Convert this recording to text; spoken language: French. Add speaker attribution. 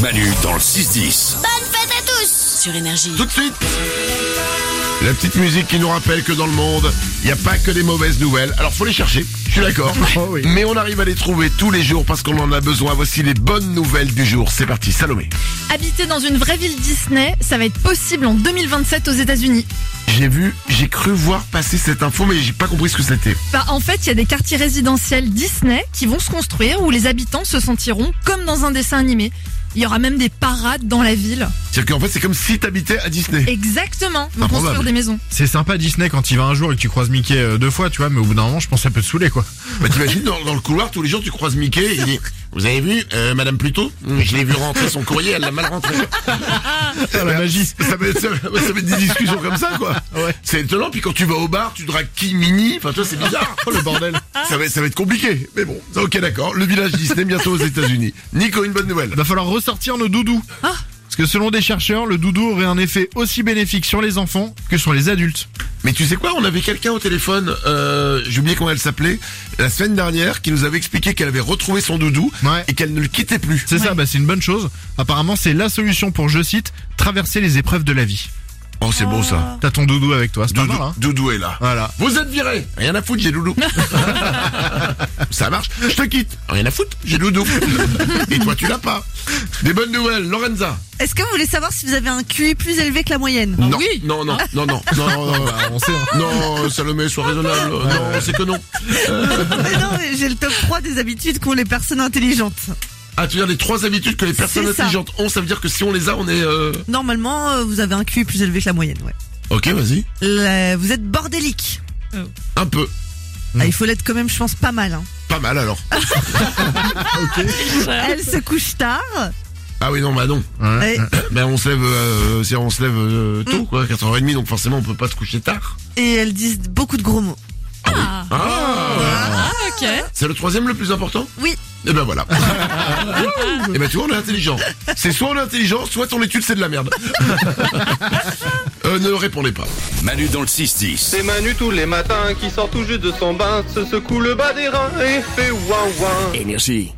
Speaker 1: Manu dans le 6-10.
Speaker 2: Bonne fête à tous Sur Énergie.
Speaker 3: Tout de suite La petite musique qui nous rappelle que dans le monde, il n'y a pas que des mauvaises nouvelles. Alors faut les chercher, je suis d'accord.
Speaker 4: Oh oui.
Speaker 3: Mais on arrive à les trouver tous les jours parce qu'on en a besoin. Voici les bonnes nouvelles du jour. C'est parti, Salomé.
Speaker 5: Habiter dans une vraie ville Disney, ça va être possible en 2027 aux États-Unis.
Speaker 3: J'ai vu, j'ai cru voir passer cette info, mais j'ai pas compris ce que c'était.
Speaker 5: Bah, en fait, il y a des quartiers résidentiels Disney qui vont se construire où les habitants se sentiront comme dans un dessin animé. Il y aura même des parades dans la ville.
Speaker 3: C'est-à-dire qu'en fait, c'est comme si t'habitais à Disney.
Speaker 5: Exactement, ils vont
Speaker 3: Improbable.
Speaker 5: construire des maisons.
Speaker 4: C'est sympa Disney quand il va un jour et que tu croises Mickey euh, deux fois, tu vois, mais au bout d'un moment, je pense que ça peut te saouler, quoi.
Speaker 3: Bah t'imagines dans, dans le couloir tous les jours tu croises Mickey et il dit Vous avez vu euh, Madame Pluto Mm, Je l'ai vu rentrer son courrier, elle l'a mal rentré.
Speaker 4: Ah, la magie.
Speaker 3: Ça va, être, ça va- ça va être des discussions comme ça quoi.
Speaker 4: Ouais.
Speaker 3: C'est étonnant, puis quand tu vas au bar, tu dragues qui mini, enfin toi c'est bizarre. Oh, le bordel. Ça va, ça va être compliqué. Mais bon, ok d'accord. Le village Disney bientôt aux États-Unis. Nico, une bonne nouvelle.
Speaker 4: Il va falloir ressortir nos doudous.
Speaker 5: Ah.
Speaker 4: Parce que selon des chercheurs, le doudou aurait un effet aussi bénéfique sur les enfants que sur les adultes.
Speaker 3: Mais tu sais quoi, on avait quelqu'un au téléphone, euh, j'ai oublié comment elle s'appelait, la semaine dernière, qui nous avait expliqué qu'elle avait retrouvé son doudou
Speaker 4: Ouais.
Speaker 3: et qu'elle ne le quittait plus.
Speaker 4: C'est ça, bah c'est une bonne chose. Apparemment, c'est la solution pour, je cite, traverser les épreuves de la vie.
Speaker 3: Oh c'est beau ça.
Speaker 4: T'as ton doudou avec toi, c'est pas
Speaker 3: Doudou,
Speaker 4: mal, hein
Speaker 3: doudou est là.
Speaker 4: Voilà.
Speaker 3: Vous êtes viré Rien à foutre, j'ai doudou. Ça marche, je te quitte. Rien à foutre, j'ai doudou. Et toi, tu l'as pas. Des bonnes nouvelles, Lorenza.
Speaker 6: Est-ce que vous voulez savoir si vous avez un QI plus élevé que la moyenne
Speaker 3: non, non, non, non, non, non, non, non,
Speaker 4: Bah, on sait, hein.
Speaker 3: non, Salomé, sois raisonnable.
Speaker 6: Ah,
Speaker 3: Non, c'est que non.
Speaker 6: Mais non, mais j'ai le top 3 des habitudes qu'ont les personnes intelligentes.
Speaker 3: Ah, tu veux dire les trois habitudes que les personnes
Speaker 6: C'est ça.
Speaker 3: intelligentes ont, ça veut dire que si on les a, on est... euh,
Speaker 6: Normalement, euh, vous avez un QI plus élevé que la moyenne, ouais.
Speaker 3: Ok, vas-y.
Speaker 6: La- vous êtes bordélique.
Speaker 3: Un peu. Mm.
Speaker 6: Ah, il faut l'être quand même, je pense, pas mal. hein.
Speaker 3: Pas mal alors.
Speaker 6: Elle se couche tard.
Speaker 3: Ah oui, non, bah non.
Speaker 4: Ouais.
Speaker 6: Et,
Speaker 3: Ben on se lève, euh, si on se lève euh,
Speaker 6: Mm.
Speaker 3: tôt, quoi, 4h30, donc forcément on peut pas se coucher tard.
Speaker 6: et elles disent beaucoup de gros mots.
Speaker 3: Ah
Speaker 2: ok.
Speaker 3: C'est le troisième le plus important
Speaker 6: Oui.
Speaker 3: Et ben voilà. Et ben tu vois, on est intelligent. C'est soit on est intelligent, soit ton étude c'est de la merde. Euh, ne répondez pas.
Speaker 1: Manu dans le 6-10.
Speaker 7: C'est Manu tous les matins qui sort tout juste de son bain, se secoue le bas des reins et fait ouin ouin.
Speaker 1: Énergie.